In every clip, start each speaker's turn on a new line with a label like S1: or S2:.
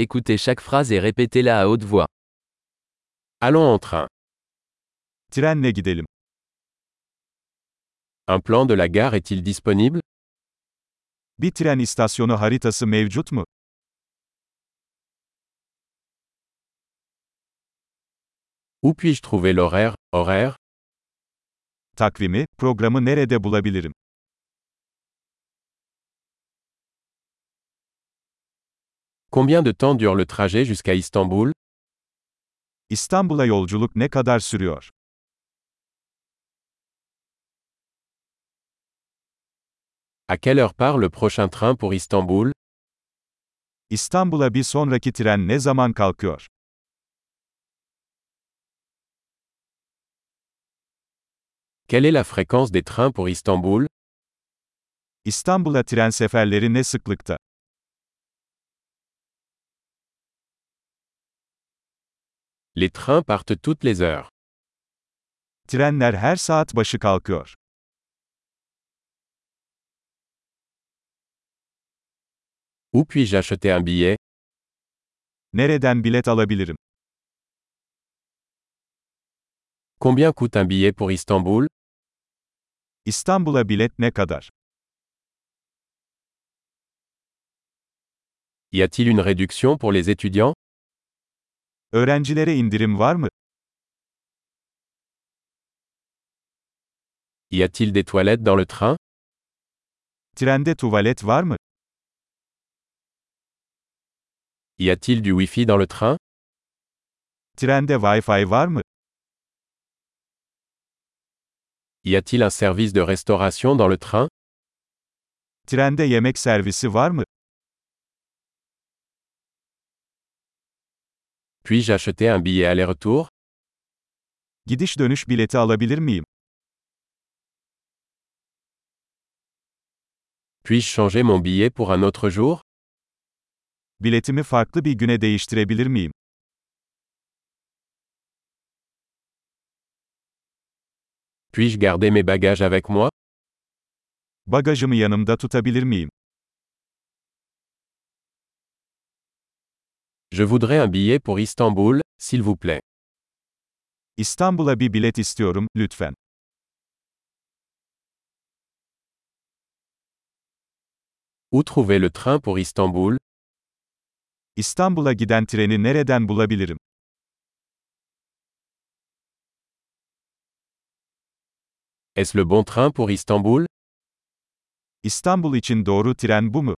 S1: Écoutez chaque phrase et répétez-la à haute voix.
S2: Allons en train.
S3: Trenle gidelim.
S2: Un plan de la gare est-il disponible
S3: Bir tren istasyonu haritası mevcut mu?
S2: Où puis-je trouver l'horaire Horaire
S3: Takvimi, programı nerede bulabilirim?
S2: Combien de temps dure le trajet jusqu'à Istanbul
S3: İstanbul'a yolculuk ne kadar sürüyor?
S2: À quelle heure part le prochain train pour Istanbul
S3: İstanbul'a bir sonraki tren ne zaman kalkıyor?
S2: Quelle est la fréquence des trains pour Istanbul
S3: İstanbul'a tren seferleri ne sıklıkta?
S2: Les trains partent toutes les heures.
S3: Trenler her saat başı kalkıyor.
S2: Où puis-je acheter un billet
S3: Nereden bilet alabilirim?
S2: Combien coûte un billet pour Istanbul
S3: İstanbul'a bilet ne kadar?
S2: Y a-t-il une réduction pour les étudiants
S3: Öğrencilere indirim var mı?
S2: Y a-t-il des toilettes dans le train
S3: Trende tuvalet var mı?
S2: Y a-t-il du Wi-Fi dans le train
S3: Trende Wi-Fi var mı?
S2: Y a-t-il un service de restauration dans le train
S3: Trende yemek servisi var mı?
S2: Puis-je acheter un billet aller-retour
S3: Gidiş dönüş bileti alabilir miyim?
S2: Puis-je changer mon billet pour un autre jour
S3: Biletimi farklı bir güne değiştirebilir miyim?
S2: Puis-je garder mes bagages avec moi
S3: Bagajımı yanımda tutabilir miyim?
S2: Je voudrais un billet pour Istanbul, s'il vous plaît.
S3: İstanbul'a bir bilet istiyorum, lütfen.
S2: Où trouver le train pour Istanbul
S3: İstanbul'a giden treni nereden bulabilirim?
S2: Est-ce le bon train pour Istanbul
S3: İstanbul için doğru tren bu mu?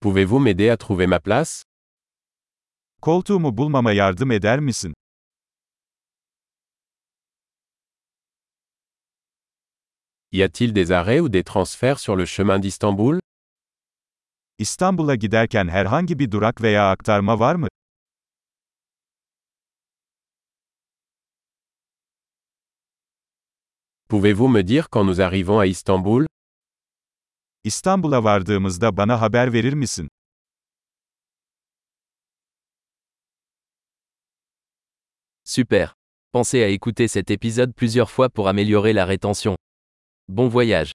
S2: Pouvez-vous m'aider à trouver ma place
S3: Koltuğumu bulmama yardım eder misin?
S2: Y a-t-il des arrêts ou des transferts sur le chemin d'Istanbul
S3: İstanbul'a giderken herhangi bir durak veya aktarma var mı?
S2: Pouvez-vous me dire quand nous arrivons à Istanbul
S3: İstanbul'a vardığımızda bana haber verir misin?
S1: Super. Pensez à écouter cet épisode plusieurs fois pour améliorer la rétention. Bon voyage.